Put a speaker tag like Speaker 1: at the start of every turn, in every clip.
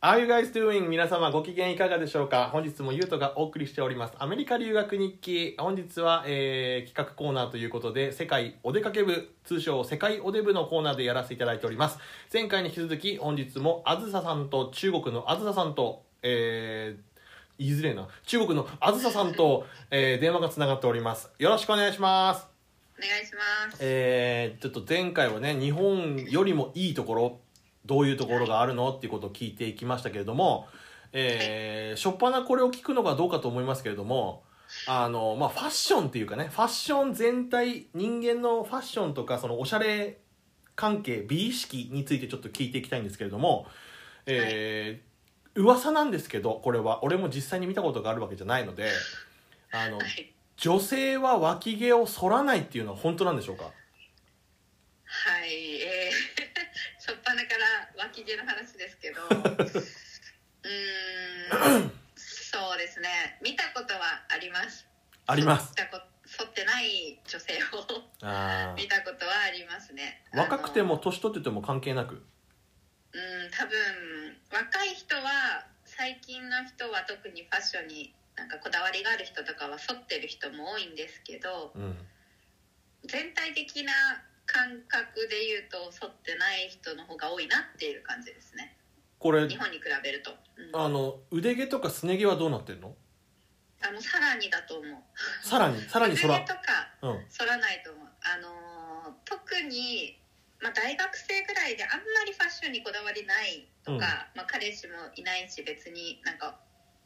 Speaker 1: Are you guys doing? 皆様ご機嫌いかがでしょうか本日もゆうとがお送りしております。アメリカ留学日記。本日は、えー企画コーナーということで、世界お出かけ部、通称世界お出部のコーナーでやらせていただいております。前回に引き続き、本日もあずささんと中国のあずささんと、えー、言いづれえな。中国のあずささんと、えー電話がつながっております。よろしくお願いします。
Speaker 2: お願いします。
Speaker 1: えーちょっと前回はね日本よりもいいところどういうところがあるのっていうことを聞いていきましたけれども、えー、初っ端これを聞くのがどうかと思いますけれどもあの、まあ、ファッションっていうかねファッション全体人間のファッションとかそのおしゃれ関係美意識についてちょっと聞いていきたいんですけれども、えー噂なんですけどこれは俺も実際に見たことがあるわけじゃないのであの
Speaker 2: はい、
Speaker 1: 女性は脇毛を剃らないっていうのは本当なんでしょうか
Speaker 2: はい、えー、 初っ端から脇毛の話です けど、うーん、そうですね。見たことはあります。
Speaker 1: あります。
Speaker 2: 剃ったこ剃ってない女性を
Speaker 1: あ
Speaker 2: 見たことはありますね。
Speaker 1: ー若くて
Speaker 2: あの
Speaker 1: も年取ってても関係なく。
Speaker 2: うん、多分若い人は最近の人は特にファッションになんかこだわりがある人とかは剃ってる人も多いんですけど。
Speaker 1: うん。
Speaker 2: 全体的な感覚で言うと剃ってない人の方が多いなっていう感じですね
Speaker 1: これ
Speaker 2: 日、本に比べると、うん
Speaker 1: あ
Speaker 2: あ
Speaker 1: の、腕毛とかすね毛はどうなってるの
Speaker 2: のさらにだと思う
Speaker 1: さらに、さらにそら
Speaker 2: 腕。毛とか
Speaker 1: うん。
Speaker 2: 剃らないと思うあのー特に、まあ、大学生ぐらいであんまりファッションにこだわりないとか、
Speaker 1: うん
Speaker 2: まあ、彼氏もいないし別になんか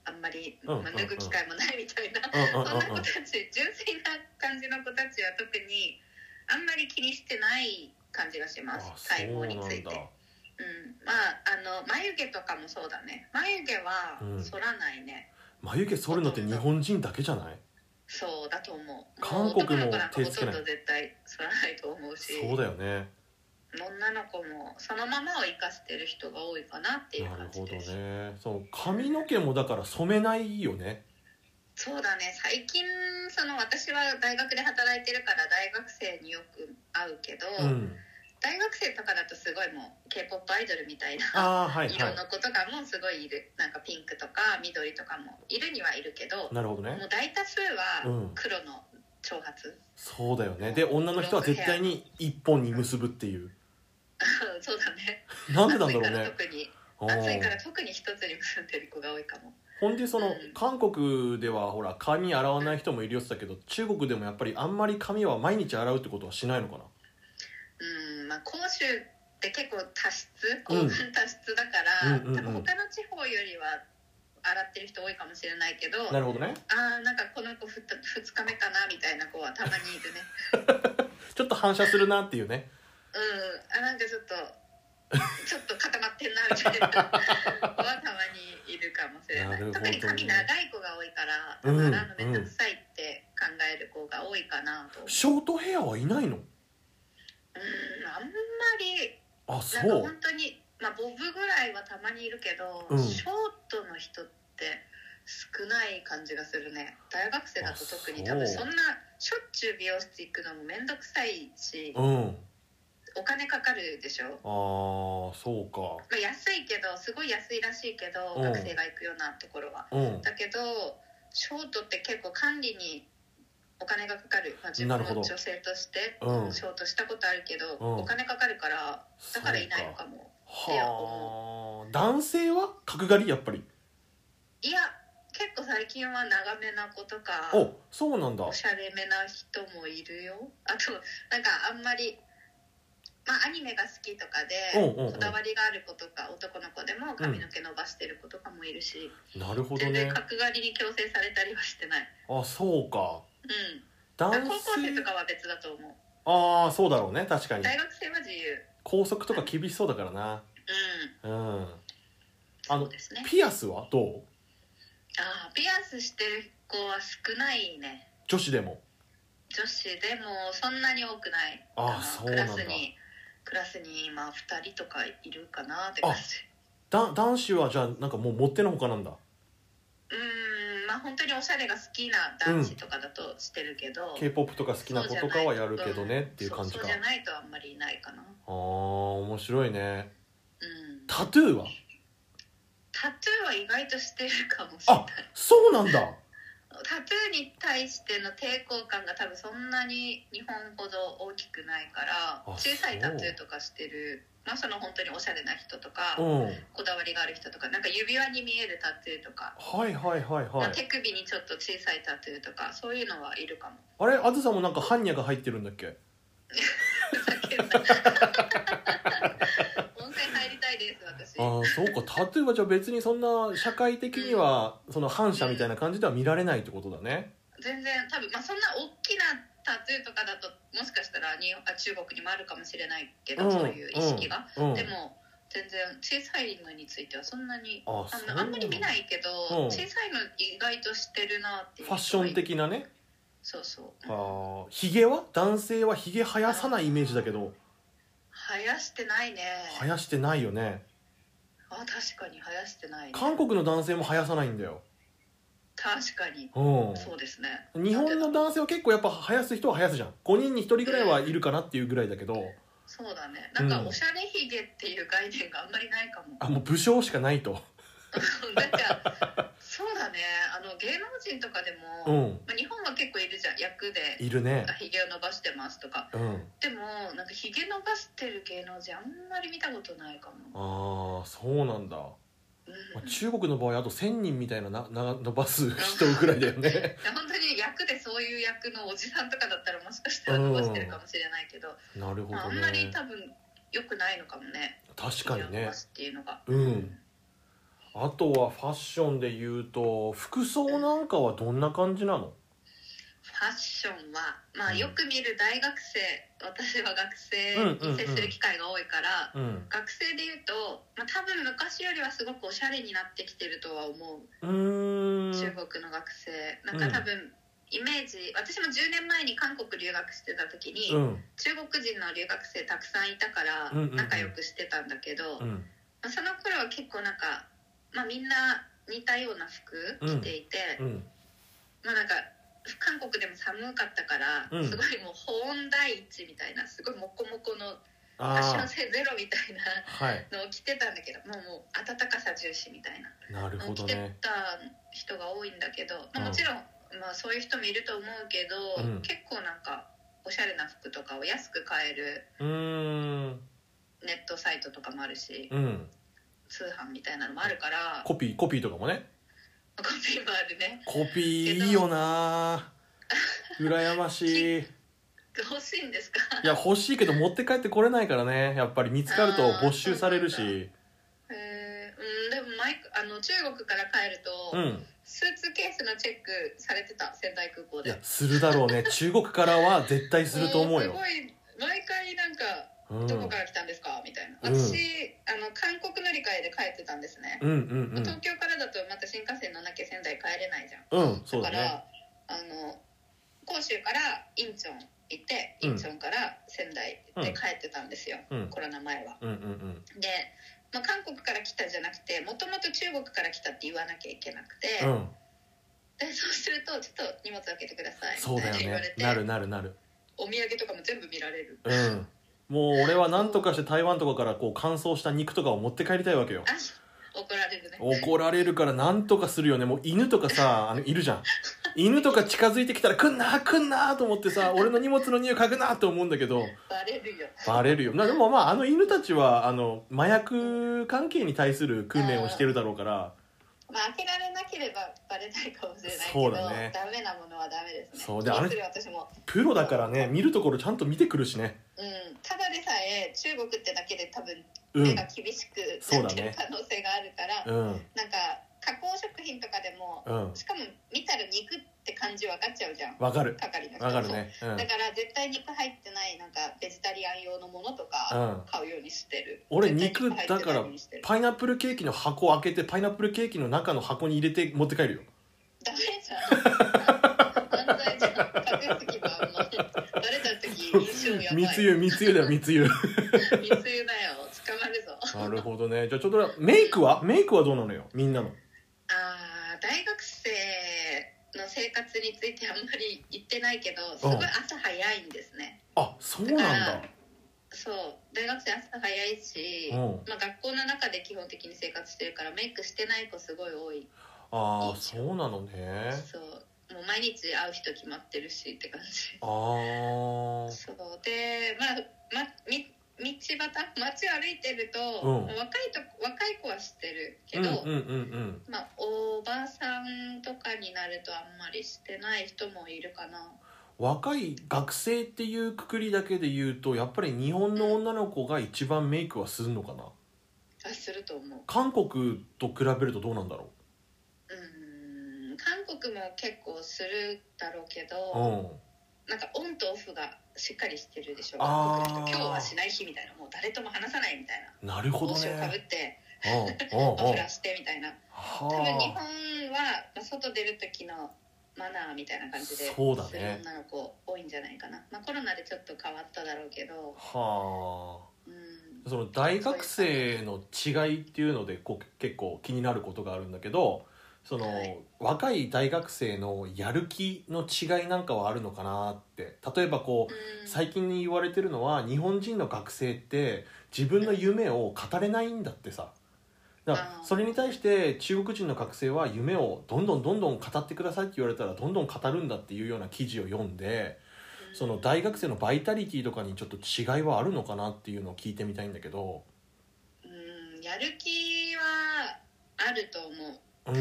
Speaker 2: あんまり、
Speaker 1: うんうん
Speaker 2: まあ脱ぐ機会もないみたいな、
Speaker 1: うんうん
Speaker 2: そんな
Speaker 1: うんう
Speaker 2: 子
Speaker 1: ん。
Speaker 2: たち純粋な感じの子たちは特にあんまり気にしてない感じがしま
Speaker 1: あ、
Speaker 2: す
Speaker 1: そ
Speaker 2: 体毛
Speaker 1: う
Speaker 2: に
Speaker 1: な
Speaker 2: つ
Speaker 1: ん
Speaker 2: いて
Speaker 1: だ。
Speaker 2: うんまああの眉毛とかもそうだね眉毛は
Speaker 1: うん
Speaker 2: 剃らないね、
Speaker 1: 眉毛剃るのって日本人だけじゃない
Speaker 2: そうだと思う
Speaker 1: 韓国も
Speaker 2: う男の子なんか
Speaker 1: 手つけない
Speaker 2: ほとんど絶対剃らないと思うし
Speaker 1: そうだよね。
Speaker 2: 女の子もそのままを生かしてる人が多いかなっていう
Speaker 1: なる
Speaker 2: 感じ
Speaker 1: ほど
Speaker 2: です、
Speaker 1: ね。そう、髪の毛もだから染めないよね。
Speaker 2: そうだね最近その私は大学で働いてるから大学生によく会うけど、
Speaker 1: うん。
Speaker 2: 大学生とかだとすごいもう k p o p アイドルみたいな
Speaker 1: ああ、はい
Speaker 2: 色
Speaker 1: は
Speaker 2: の子とかもすごいいるなんかピンクとか緑とかもいるにはいるけど
Speaker 1: い。なるほどね。
Speaker 2: もう大多数
Speaker 1: うん
Speaker 2: は黒の長髪、
Speaker 1: そうだよね。で、女の人は絶対に一本に結ぶって いう。
Speaker 2: そうだね
Speaker 1: なんでなんだろう
Speaker 2: 暑いから
Speaker 1: ね。
Speaker 2: 特に
Speaker 1: うん
Speaker 2: 暑いから特に一つに結んでる子が多いかも
Speaker 1: ほんでその、
Speaker 2: うん
Speaker 1: 韓国ではほら髪洗わない人もいるよって言ってたけど中国でもやっぱりあんまり髪は毎日洗うってことはしないのかな
Speaker 2: うんまあ甲州って結構多湿高
Speaker 1: うん
Speaker 2: 分多湿だから、
Speaker 1: うんうんうん
Speaker 2: 多分他の地方よりは洗ってる人多いかもしれないけど
Speaker 1: な
Speaker 2: あ
Speaker 1: るほどね
Speaker 2: あーなんかこの子 2, 日目かなみたいな子はたまにいるね
Speaker 1: ちょっと反射するなっていうね
Speaker 2: うんあなんかちょっと ちょっと固まってんなみたい な子はたまにいるかもしれない、
Speaker 1: なるほど
Speaker 2: 特
Speaker 1: ね
Speaker 2: に髪長い子が多いから
Speaker 1: うん
Speaker 2: 洗うのめんどくさいって考える子が多いかなと、うん
Speaker 1: ショートヘアはいないの
Speaker 2: あんまり
Speaker 1: あ
Speaker 2: なんか
Speaker 1: そ
Speaker 2: 本
Speaker 1: う
Speaker 2: 当にまあボブぐらいはたまにいるけど、
Speaker 1: うん
Speaker 2: ショートの人って少ない感じがするね大学生だと特に
Speaker 1: あ
Speaker 2: 多分
Speaker 1: そう
Speaker 2: そんなしょっちゅう美容室行くのもめんどくさいし
Speaker 1: うん
Speaker 2: お金かかるでしょ
Speaker 1: あーそうか
Speaker 2: まあ、安いけどすごい安いらしいけど、
Speaker 1: うん
Speaker 2: 学生が行くようなところは
Speaker 1: うん
Speaker 2: だけどショートって結構管理にお金がかかる、まあ、自
Speaker 1: な
Speaker 2: 分
Speaker 1: るほど
Speaker 2: の女性として
Speaker 1: うん
Speaker 2: ショートしたことあるけど、
Speaker 1: うん
Speaker 2: お金かかるから
Speaker 1: そ
Speaker 2: だ
Speaker 1: う
Speaker 2: からいないのかもって
Speaker 1: はあ男性は角刈りやっぱり
Speaker 2: いや結構最近は長めな子とか
Speaker 1: おそうなんだ
Speaker 2: おしゃれめな人もいるよあとなんかあんまり、まあ、アニメが好きとか
Speaker 1: うんうんう
Speaker 2: で
Speaker 1: ん
Speaker 2: こだわりがある子とか男の子でも髪の毛伸ばしてる子とかもいるし。
Speaker 1: なるほど
Speaker 2: 全然
Speaker 1: ね
Speaker 2: 角刈りに強制されたりはしてない、
Speaker 1: あそうか
Speaker 2: うん、
Speaker 1: 男
Speaker 2: だから
Speaker 1: 性
Speaker 2: 高校生とかは別だと思う
Speaker 1: ああそうだろうね確かに
Speaker 2: 大学生は自由
Speaker 1: 拘束とか厳しそうだからな
Speaker 2: うん
Speaker 1: うんあ
Speaker 2: そ
Speaker 1: の
Speaker 2: うですね
Speaker 1: ピアスはどう
Speaker 2: あーピアスしてる子は少ないね
Speaker 1: 女子でも
Speaker 2: 女子でもそんなに多くない
Speaker 1: あー
Speaker 2: の
Speaker 1: そうなんだ
Speaker 2: クラスにクラスに今2人とかいるかなって感じ
Speaker 1: だ男子はじゃあなんかもうもってのほかなんだ
Speaker 2: うーんまあ本当におしゃれが好きな男子とかだとしてるけど、
Speaker 1: k p o p とか好きな子とかはやるけどねっていう感じ
Speaker 2: そう
Speaker 1: か
Speaker 2: そうじゃないとあんまりいないかな
Speaker 1: あー面白いね
Speaker 2: うん
Speaker 1: タトゥーは
Speaker 2: タトゥーは意外としてるかもしれな
Speaker 1: あ
Speaker 2: い
Speaker 1: そうなんだ
Speaker 2: タトゥーに対しての抵抗感が多分そんなに日本ほど大きくないから
Speaker 1: あ
Speaker 2: 小さいタトゥーとかしてるまあその本当におしゃれな人とか
Speaker 1: うん
Speaker 2: こだわりがある人とかなんか指輪に見えるタトゥーとか、
Speaker 1: はいはいはいは
Speaker 2: まあ
Speaker 1: い
Speaker 2: 手首にちょっと小さいタトゥーとかそういうのはい るかも。
Speaker 1: あれあずさんもなんか般若が入ってるんだっけ
Speaker 2: ふざけんな温泉入りたいです私。
Speaker 1: ああそうかタトゥーはじゃあ別にそんな社会的にはその反射みたいな感じでは見られないってことだね
Speaker 2: 全然多分まあそんな大きなタトゥーとかだともしかしたらにあ中国にもあるかもしれないけど、
Speaker 1: うん
Speaker 2: そういう意識が、
Speaker 1: うん
Speaker 2: でも全然小さいのについてはそんなに
Speaker 1: あ
Speaker 2: あ
Speaker 1: そう
Speaker 2: のあんまり見ないいけ
Speaker 1: う
Speaker 2: ど、
Speaker 1: ん
Speaker 2: 小さいの意外としてるなっていう
Speaker 1: ファッション的なね
Speaker 2: そうそう
Speaker 1: ああひげは男性はひげ生やさないイメージだけど
Speaker 2: 生やしてないね
Speaker 1: 生やしてないよね
Speaker 2: あ確かに生やしてない、ね、
Speaker 1: 韓国の男性も生やさないんだよ
Speaker 2: 確かに
Speaker 1: うん
Speaker 2: そうですね
Speaker 1: 日本の男性は結構やっぱ生やす人は生やすじゃん5人に1人ぐらいはいるかなっていうぐらいだけど
Speaker 2: そうだねなんか
Speaker 1: うん
Speaker 2: おしゃれひげっていう概念があんまりないかも
Speaker 1: あもう武将しかないと
Speaker 2: なんかそうだねあの芸能人とかでも、
Speaker 1: うん
Speaker 2: まあ、日本は結構いるじゃん役で
Speaker 1: いるね
Speaker 2: ひげを伸ばしてますとか
Speaker 1: うん
Speaker 2: でもなんかひげ伸ばしてる芸能人あんまり見たことないかも、
Speaker 1: ああそうなんだ
Speaker 2: うん、
Speaker 1: まあ
Speaker 2: い
Speaker 1: 中国の場合あと1000人みたいななな伸ばす人ぐらいだよ ね
Speaker 2: や本当に役でそういう役のおじさんとかだったらもしかしたら伸ばしてるかもしれないけど、
Speaker 1: なるほ
Speaker 2: まあ、あ
Speaker 1: ど
Speaker 2: んまり
Speaker 1: ね
Speaker 2: 多分良くないのかもね
Speaker 1: 確かに
Speaker 2: ひげを伸
Speaker 1: ね
Speaker 2: ばすっていうのが
Speaker 1: うんあとはファッションで言うと服装なんかはどんな感じなの
Speaker 2: ファッションは、まあ、
Speaker 1: うん
Speaker 2: よく見る大学生私は学生に接する機会が多いから、
Speaker 1: うん
Speaker 2: 学生でいうと、まあ、多分昔よりはすごくおしゃれになってきてるとは思う
Speaker 1: うーん
Speaker 2: 中国の学生なん
Speaker 1: う
Speaker 2: か
Speaker 1: ん
Speaker 2: 多分イメージ私も10年前に韓国留学してた時に、
Speaker 1: うん
Speaker 2: 中国人の留学生たくさんいたから
Speaker 1: うんうんうん
Speaker 2: 仲良くしてたんだけど、
Speaker 1: うん
Speaker 2: まあ、その頃は結構なんか、まあ、みんな似たような服着ていて、
Speaker 1: うん
Speaker 2: まあなんか韓国でも寒かったから、
Speaker 1: うん
Speaker 2: すごいもう保温第一みたいなすごいモコモコのファッション
Speaker 1: あ
Speaker 2: 性ゼロみたいな。
Speaker 1: あはい
Speaker 2: のを着てたんだけどもうもう暖かさ重視みたい
Speaker 1: な
Speaker 2: な
Speaker 1: る
Speaker 2: の
Speaker 1: ほ
Speaker 2: を
Speaker 1: ど
Speaker 2: 着て
Speaker 1: ね
Speaker 2: た人が多いんだけど、ま
Speaker 1: うん
Speaker 2: あ、もちろん、まあ、そういう人もいると思うけど、
Speaker 1: うん
Speaker 2: 結構なんかおしゃれな服とかを安く買える
Speaker 1: うーん
Speaker 2: ネットサイトとかもあるし
Speaker 1: うん
Speaker 2: 通販みたいなのもあるからコ
Speaker 1: コピーコピーとかもね
Speaker 2: ピーもあるね
Speaker 1: コピーいいよ なー羨ましいい
Speaker 2: 欲しいんですか
Speaker 1: や欲しいけど持って帰ってこれないからねやっぱり見つかると没収される
Speaker 2: あーそう
Speaker 1: し
Speaker 2: へーうんでも毎あの中国から帰ると、
Speaker 1: うん
Speaker 2: スーツケースのチェックされてた仙台空港
Speaker 1: い
Speaker 2: で
Speaker 1: やするだろうね中国からは絶対すると思うよ
Speaker 2: もすごい毎回なんか
Speaker 1: うん
Speaker 2: どこから来たんですかみたいな
Speaker 1: うん
Speaker 2: 私、あの韓国乗り換えで帰ってたんですね、
Speaker 1: うんうんうん
Speaker 2: 東京からだとまた新幹線乗らなきゃ仙台帰れないじゃん
Speaker 1: うん、そうだ
Speaker 2: だか
Speaker 1: ね。
Speaker 2: らあの甲州からインチョン行って
Speaker 1: うん
Speaker 2: インチョンから仙台で帰ってたんですよ、
Speaker 1: うん、
Speaker 2: コロナ前は
Speaker 1: うん、うん、
Speaker 2: で、まあ、韓国から来たじゃなくてもともと中国から来たって言わなきゃいけなくて、
Speaker 1: うん、うん、
Speaker 2: でそうするとちょっと荷物開けてください
Speaker 1: そうだよ
Speaker 2: みたいな言われ
Speaker 1: ね。
Speaker 2: て
Speaker 1: なるなるなる。
Speaker 2: お土産とかも全部見られる
Speaker 1: うん。もう俺は何とかして台湾とかからこう乾燥した肉とかを持って帰りたいわけよ。
Speaker 2: あ怒られるね
Speaker 1: 怒られるから何とかするよね。もう犬とかさ、あの、いるじゃん。犬とか近づいてきたら来んな来んなと思ってさ、俺の荷物の匂い嗅ぐなと思うんだけど、
Speaker 2: バレるよ
Speaker 1: バレるよ。なでもまあ、あの犬たちは、あの、麻薬関係に対する訓練をしてるだろうから、
Speaker 2: まあ開けられなければバレないかもしれないけど
Speaker 1: そうだね
Speaker 2: ダメなものはダメですね
Speaker 1: そうで
Speaker 2: 気
Speaker 1: あれ
Speaker 2: にする私も、
Speaker 1: プロだからね、見るところちゃんと見てくるしね。
Speaker 2: うん、ただでさえ中国ってだけで多分
Speaker 1: う
Speaker 2: 手
Speaker 1: ん
Speaker 2: が、厳しく
Speaker 1: そう
Speaker 2: な
Speaker 1: だ
Speaker 2: って
Speaker 1: ね
Speaker 2: る可能性があるから、
Speaker 1: うん、
Speaker 2: なんか加工食品とかでも
Speaker 1: うん。
Speaker 2: しかも見たら肉って感じ分かっちゃうじゃん
Speaker 1: わかる。
Speaker 2: 係の人も
Speaker 1: わかるね。うん。
Speaker 2: だから絶対肉入ってないなんかベジタリアン用のものとか
Speaker 1: うん、
Speaker 2: 買うようにしてる、
Speaker 1: 俺
Speaker 2: 絶
Speaker 1: 肉
Speaker 2: 対
Speaker 1: だ
Speaker 2: 入って
Speaker 1: か
Speaker 2: ない
Speaker 1: ら
Speaker 2: ようにしてる
Speaker 1: パイナップルケーキの箱を開けてパイナップルケーキの中の箱に入れて持って帰るよ
Speaker 2: ダメじゃん。犯罪じゃん。隠す気分あんまり。バレた時印象やばい。
Speaker 1: 密輸密輸だよ密輸
Speaker 2: 密輸だよ。捕まるぞ。
Speaker 1: なるほどねじゃあちょっとメイクはメイクはどうなのよみんなの
Speaker 2: ああ、大学生の生活についてあんまり言ってないけど、すごい朝早いんですね。
Speaker 1: あそうなんだ
Speaker 2: だそう大学生朝早いし、
Speaker 1: うん
Speaker 2: まあ、学校の中で基本的に生活してるからメイクしてない子すごい多い
Speaker 1: ああそうなのね
Speaker 2: そうもう毎日会う人決まってるしって感じ
Speaker 1: ああ
Speaker 2: そうでまあ、ま、み道端街歩いてると、
Speaker 1: うん
Speaker 2: 若いと若い子は知ってるけ
Speaker 1: うんう
Speaker 2: ど、
Speaker 1: んうんうん
Speaker 2: まあ、おばさんとかになるとあんまりしてない人もいるかな
Speaker 1: 若い学生っていうくくりだけで言うとやっぱり日本の女の子が一番メイクはするのかな
Speaker 2: あすると思う
Speaker 1: 韓国と比べるとどうなんだろ
Speaker 2: うん韓国も結構するだろうけ
Speaker 1: うう
Speaker 2: ど
Speaker 1: ん
Speaker 2: なんかオンとオフがしっかりしてるでしょ
Speaker 1: あー
Speaker 2: 韓国の人今日はしない日みたいなもう誰とも話さないみたいな
Speaker 1: なるほど
Speaker 2: 帽子をかぶっ
Speaker 1: ね
Speaker 2: て
Speaker 1: うんうんうん
Speaker 2: マフラーしてみたいな多分日本
Speaker 1: はあ
Speaker 2: はまあ外出る時のマナーみたいな感じで
Speaker 1: そうだね
Speaker 2: する女の子多いんじゃないかな、まあ、コロナでちょっと変わっただろうけど、
Speaker 1: はあ
Speaker 2: うん、
Speaker 1: その大学生の違いっていうのでこう結構気になることがあるんだけどその、
Speaker 2: はい
Speaker 1: 若い大学生のやる気の違いなんかはあるのかなって例えばこう
Speaker 2: うん
Speaker 1: 最近に言われてるのは日本人の学生って自分の夢を語れないんだってさだか
Speaker 2: あ
Speaker 1: ら
Speaker 2: ー
Speaker 1: それに対して中国人の学生は夢をどんどんどんどん語ってくださいって言われたらどんどん語るんだっていうような記事を読んでその大学生のバイタリティとかにちょっと違いはあるのかなっていうのを聞いてみたいんだけど。
Speaker 2: うんやる気はあると思う
Speaker 1: うん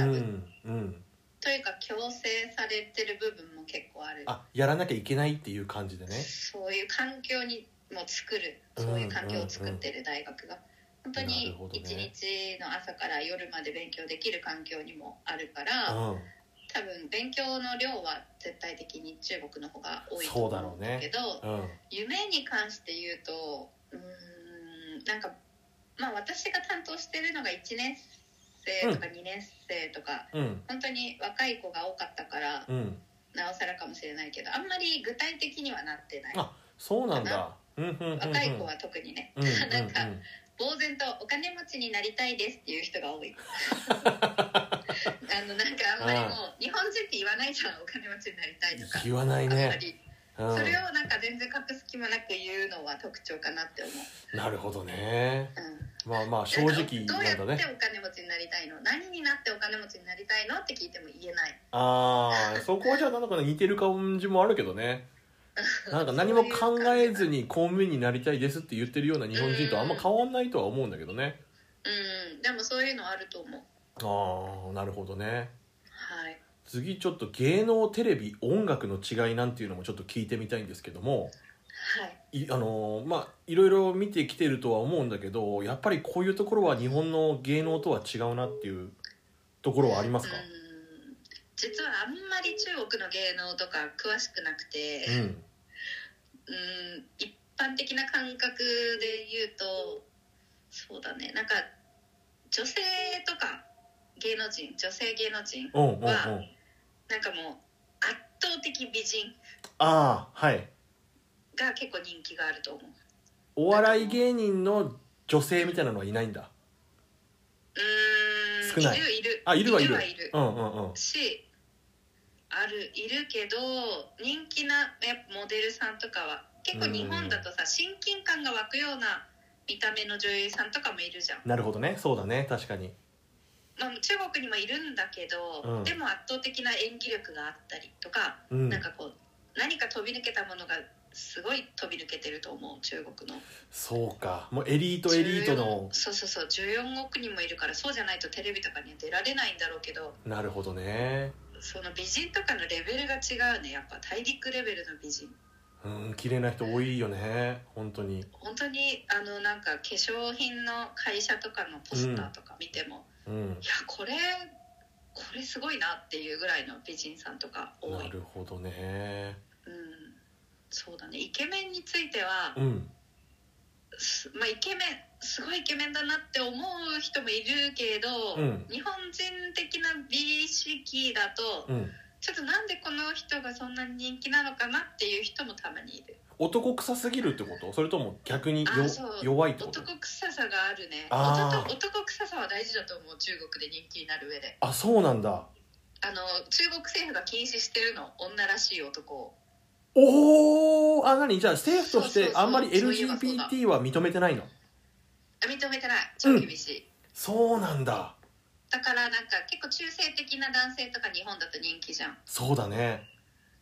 Speaker 1: うん、
Speaker 2: というか強制されてる部分も結構ある
Speaker 1: あやらなきゃいけないっていう感じでね
Speaker 2: そういう環境にも作る
Speaker 1: うん
Speaker 2: そういう環境を作ってる大学が、本当
Speaker 1: なる
Speaker 2: に
Speaker 1: ほどね
Speaker 2: 一日の朝から夜まで勉強できる環境にもあるか
Speaker 1: う
Speaker 2: ら、
Speaker 1: ん
Speaker 2: 多分勉強の量は絶対的に中国の方が多いと
Speaker 1: そうだろう
Speaker 2: 思う
Speaker 1: んね
Speaker 2: だけど
Speaker 1: うん
Speaker 2: 夢に関して言うとうーんなんかまあ私が担当してるのが1年生とか2年生とか、
Speaker 1: うん
Speaker 2: 本当に若い子が多かったから
Speaker 1: うん
Speaker 2: なおさらかもしれないけどあんまり具体的にはなってない
Speaker 1: あそうなんだうんうんうんうん
Speaker 2: 若い子は特にね、
Speaker 1: うんうん
Speaker 2: なんか呆然とお金持ちになりたいですっていう人が 多いあのなんかあんまりもう日本人って言わないじゃんお金持ちになりたいとか
Speaker 1: 言わない
Speaker 2: あんま
Speaker 1: ね、
Speaker 2: り
Speaker 1: うん
Speaker 2: そ、れをなんか全然隠す気もなく言うのは特徴かなって思う、
Speaker 1: なるほどね
Speaker 2: う
Speaker 1: まあまあ正
Speaker 2: ん、
Speaker 1: 直
Speaker 2: どう
Speaker 1: なん
Speaker 2: やって
Speaker 1: だ
Speaker 2: お
Speaker 1: ね
Speaker 2: 金持ちになりたいの何になってお金持ちになりたいのって聞いても言えない
Speaker 1: ああそこはじゃあなんだかね似てる感じもあるけどねなんか何も考えずに公務員になりたいですって言ってるような日本人とあんま変わんないとは思うんだけどね
Speaker 2: うんでもそういうのはあると思う
Speaker 1: ああなるほどね
Speaker 2: はい
Speaker 1: 次ちょっと芸能テレビ音楽の違いなんていうのもちょっと聞いてみたいんですけども
Speaker 2: はい
Speaker 1: い,、あのーまあ、いろいろ見てきてるとは思うんだけどやっぱりこういうところは日本の芸能とは違うなっていうところはありますか
Speaker 2: うん実はあんまり中国の芸能とか詳しくなくて、
Speaker 1: うん、
Speaker 2: うん一般的な感覚で言うとそうだねなんか女性とか芸能人女性芸能人
Speaker 1: うん、うんうん
Speaker 2: はなんかもう圧倒的美人
Speaker 1: ああはい
Speaker 2: が結構人気があると思う
Speaker 1: お笑い芸人の女性みたいなのはいないんだ
Speaker 2: う
Speaker 1: 少
Speaker 2: ーん
Speaker 1: ない
Speaker 2: るいる
Speaker 1: あいるはいる
Speaker 2: いるはいる
Speaker 1: うんうんうん
Speaker 2: しあるいるけど人気なやっぱモデルさんとかは結構日本だとさ親近感が湧くような見た目の女優さんとかもいるじゃん、
Speaker 1: なるほどねそうだね確かに
Speaker 2: まあ、中国にもいるんだけど、
Speaker 1: うん
Speaker 2: でも圧倒的な演技力があったりとか、
Speaker 1: うん
Speaker 2: なんかこう何か飛び抜けたものがすごい飛び抜けてると思う中国の
Speaker 1: そうかもうエリートエリートの
Speaker 2: 14そうそうそう14億人もいるからそうじゃないとテレビとかには出られないんだろうけど
Speaker 1: なるほどね
Speaker 2: その美人とかのレベルが違うねやっぱ大陸レベルの美人
Speaker 1: うん綺麗な人多いよね本当に
Speaker 2: 本当にあのなんか化粧品の会社とかのポスターとか見ても、
Speaker 1: うん
Speaker 2: いやこれこれすごいなっていうぐらいの美人さんとか多い、
Speaker 1: なるほどね
Speaker 2: うん、そうだねイケメンについては、
Speaker 1: うん
Speaker 2: すまあ、イケメンすごいイケメンだなって思う人もいるけど、
Speaker 1: うん
Speaker 2: 日本人的な美意識だと、
Speaker 1: うん
Speaker 2: ちょっとなんでこの人がそんなに人気なのかなっていう人もたまにいる
Speaker 1: 男臭すぎるってことそれとも逆によ
Speaker 2: あそう
Speaker 1: 弱いってこと
Speaker 2: 男臭さがあるね
Speaker 1: あー
Speaker 2: 男男臭さは大事だと思う中国で人気になる上で
Speaker 1: あそうなんだ
Speaker 2: あの中国政府が禁止してるの女らしい男を
Speaker 1: おおあ何じゃあ政府とし
Speaker 2: そう
Speaker 1: て
Speaker 2: そうそう
Speaker 1: あんまり
Speaker 2: そういえばそうだ
Speaker 1: LGBT は認めてないの
Speaker 2: あ認めてない超厳しい、
Speaker 1: そうなんだ
Speaker 2: だからなんか結構中性的な男性とか日本だと人気じゃん
Speaker 1: そうだね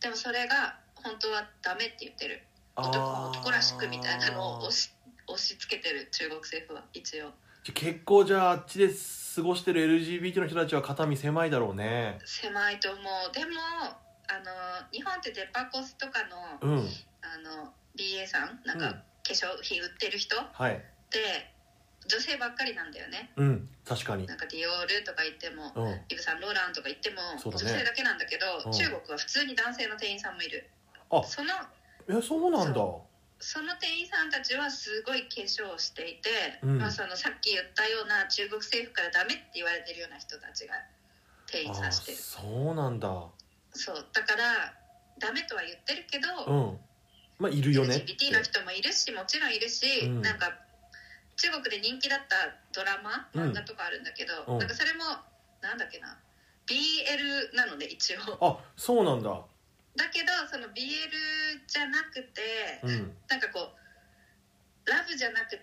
Speaker 2: でもそれが本当はダメって言ってる
Speaker 1: あー
Speaker 2: 男男らしくみたいなのを押し押し付けてる中国政府は一応
Speaker 1: じゃ結構じゃああっちで過ごしてる LGBT の人たちは肩身狭いだろうね
Speaker 2: 狭いと思うでもあの日本ってデパコスとかの
Speaker 1: うん
Speaker 2: あの BA さんなん
Speaker 1: うん
Speaker 2: か化粧品売ってる人っ
Speaker 1: はい
Speaker 2: て女性ばっかりなんだよね
Speaker 1: うん確かに
Speaker 2: なんかディオールとか言っても
Speaker 1: うん
Speaker 2: イブ・サンローランとか言っても
Speaker 1: そう
Speaker 2: 女
Speaker 1: だね
Speaker 2: 性だけなんだけど
Speaker 1: うん
Speaker 2: 中国は普通に男性の店員さんもいる
Speaker 1: あ
Speaker 2: その
Speaker 1: えそうなんだ
Speaker 2: その店員さんたちはすごい化粧をしていて、
Speaker 1: うん
Speaker 2: まあ、そのさっき言ったような中国政府からダメって言われてるような人たちが店員
Speaker 1: あ
Speaker 2: さ
Speaker 1: ー
Speaker 2: んしてる
Speaker 1: そうなんだ
Speaker 2: そうだからダメとは言ってるけど、
Speaker 1: うんまあいるよねって
Speaker 2: LGBT の人もいるしもちろんいるし、
Speaker 1: うん
Speaker 2: なんか中国で人気だったドラマ
Speaker 1: うん
Speaker 2: 漫画とかあるんだけど、
Speaker 1: うん
Speaker 2: なんかそれもなんだっけな BL なので一応
Speaker 1: あそうなんだ
Speaker 2: だけどその BL じゃなくて、
Speaker 1: うん
Speaker 2: なんかこうラブじゃなくて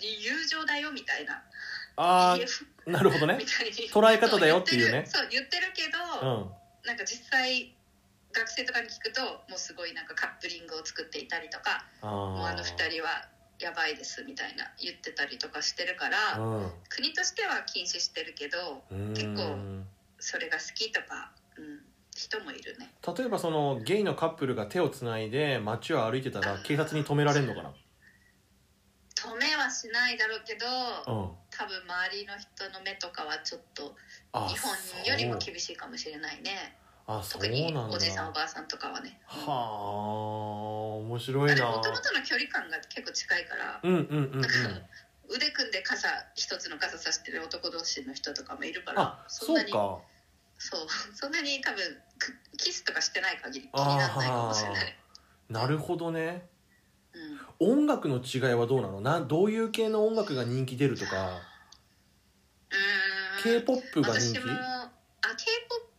Speaker 2: 友情だよみたいな
Speaker 1: あ
Speaker 2: BF
Speaker 1: あなるほどね
Speaker 2: みたいに
Speaker 1: 捉え方だよっていうね
Speaker 2: そう言ってるそ
Speaker 1: う
Speaker 2: う言ってるけど、
Speaker 1: ん
Speaker 2: なんか実際学生とかに聞くともうすごいなんかカップリングを作っていたりとかもうあ
Speaker 1: あ
Speaker 2: の2人はやばいですみたいな言ってたりとかしてるから、
Speaker 1: ー
Speaker 2: 国としては禁止してるけど
Speaker 1: うん
Speaker 2: 結
Speaker 1: う
Speaker 2: 構
Speaker 1: ん
Speaker 2: それが好きとか、うん、人もいるね
Speaker 1: 例えばそのゲイのカップルが手をつないで街を歩いてたら警察に止められるのかな
Speaker 2: 止めはしないだろうけど
Speaker 1: うん
Speaker 2: 多分周りの人の目とかはちょっと
Speaker 1: あ
Speaker 2: 日本よりも
Speaker 1: そう
Speaker 2: 厳しいかもしれないね
Speaker 1: あそ
Speaker 2: 特
Speaker 1: う
Speaker 2: に
Speaker 1: なんだ
Speaker 2: おじいさんおばあさんとかはね
Speaker 1: はあ面白
Speaker 2: あ
Speaker 1: い
Speaker 2: れ
Speaker 1: な
Speaker 2: もともとの距離感が結構近いから
Speaker 1: うんうんうんうん
Speaker 2: 腕組んで傘一つの傘さしてる男同士の人とかもいるから
Speaker 1: あそう
Speaker 2: に
Speaker 1: か
Speaker 2: そう そんなに多分くキスとかしてない限り気にならないかもしれない、
Speaker 1: なるほどね
Speaker 2: うん、
Speaker 1: 音楽の違いはどうなのなどういう系の音楽が人気出るとか k p o p が人
Speaker 2: 私
Speaker 1: 気
Speaker 2: もあ k p o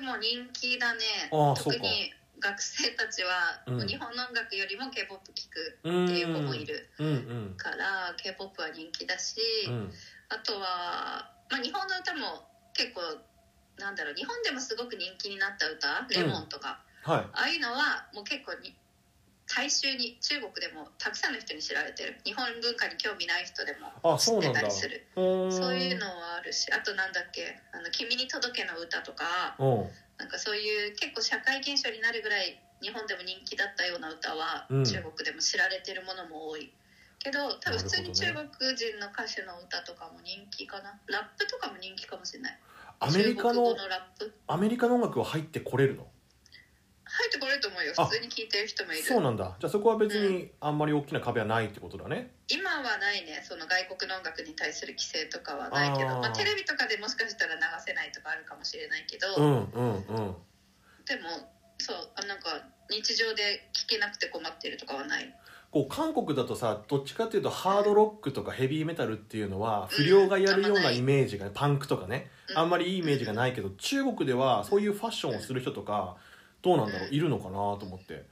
Speaker 2: p も人気だね
Speaker 1: あーそ
Speaker 2: 特
Speaker 1: うか
Speaker 2: に学生たちは、
Speaker 1: うん
Speaker 2: もう日本の音楽よりも k p o p 聴く
Speaker 1: うん
Speaker 2: っていう子もいる
Speaker 1: うんうん
Speaker 2: から k p o p は人気だし、
Speaker 1: うん
Speaker 2: あとは、まあ、日本の歌も結構なんだろう日本でもすごく人気になった歌「レモン」とか、
Speaker 1: はい
Speaker 2: ああいうのはもう結構に大衆に中国でもたくさんの人に知られてる日本文化に興味ない人でも
Speaker 1: あ
Speaker 2: 知
Speaker 1: そうな
Speaker 2: って
Speaker 1: ん
Speaker 2: た
Speaker 1: だ
Speaker 2: りする
Speaker 1: そ
Speaker 2: そういうのはあるしあとなんだっけ「あの君に届け」の歌とか
Speaker 1: うん
Speaker 2: なんかそういう結構社会現象になるぐらい日本でも人気だったような歌は
Speaker 1: うん
Speaker 2: 中国でも知られてるものも多い、けど多分普通に
Speaker 1: な
Speaker 2: 中
Speaker 1: るほ
Speaker 2: 国人の歌手の歌とかも人気かなラップとかも人気かもしれない
Speaker 1: アメリカ
Speaker 2: 中国語
Speaker 1: の
Speaker 2: のラップ
Speaker 1: アメリカの音楽は入ってこれるの
Speaker 2: 入ってこれると思うよ
Speaker 1: あ
Speaker 2: 普通に聴いてる人もいる
Speaker 1: そうなんだじゃあそこは別にあんまり大きな壁はないってことだね
Speaker 2: 今はないねその外国の音楽に対する規制とかはないけど
Speaker 1: あー
Speaker 2: まあ、テレビとかでもしかしたら流せないとかあるかもしれないけど、
Speaker 1: うんうんうん
Speaker 2: でもそうあなんか日常で聴けなくて困ってるとかはない
Speaker 1: こう韓国だとさどっちかっていうとハードロックとかヘビーメタルっていうのは不良がやるようなイメージが、パンクとかねあんまりいいイメージがないけど中国ではそういうファッションをする人とかどうなんだろういるのかなと思って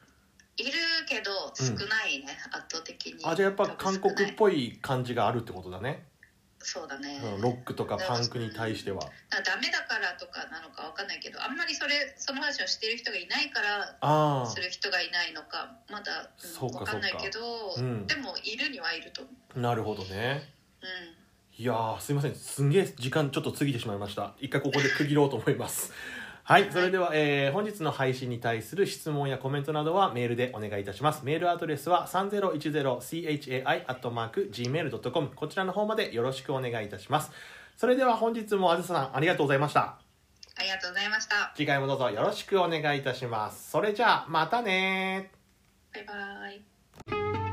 Speaker 2: いるけど少ないね、圧倒的に
Speaker 1: あじゃあやっぱ韓国
Speaker 2: 多分
Speaker 1: っ
Speaker 2: 少ない
Speaker 1: ぽい感じがあるってことだね
Speaker 2: そうだね、
Speaker 1: うんロックとかパンクに対しては
Speaker 2: だからダメだからとかなのかわかんないけどあんまりそれその話をしてる人がいないから
Speaker 1: あ
Speaker 2: する人がいないのかまだ、うん
Speaker 1: そうか
Speaker 2: わかんないけど、
Speaker 1: そうかうん
Speaker 2: でもいるにはいると思う、
Speaker 1: あなるほどね
Speaker 2: うん
Speaker 1: いやーすいませんすんげえ時間ちょっと過ぎてしまいました一回ここで区切ろうと思います はいそれでは、えー本日の配信に対する質問やコメントなどはメールでお願いいたしますメールアドレスは 3010chai.gmail.com こちらの方までよろしくお願いいたしますそれでは本日もあずささんありがとうございました
Speaker 2: ありがとうございました
Speaker 1: 次回もどうぞよろしくお願いいたしますそれじゃあまたねー
Speaker 2: バイバイ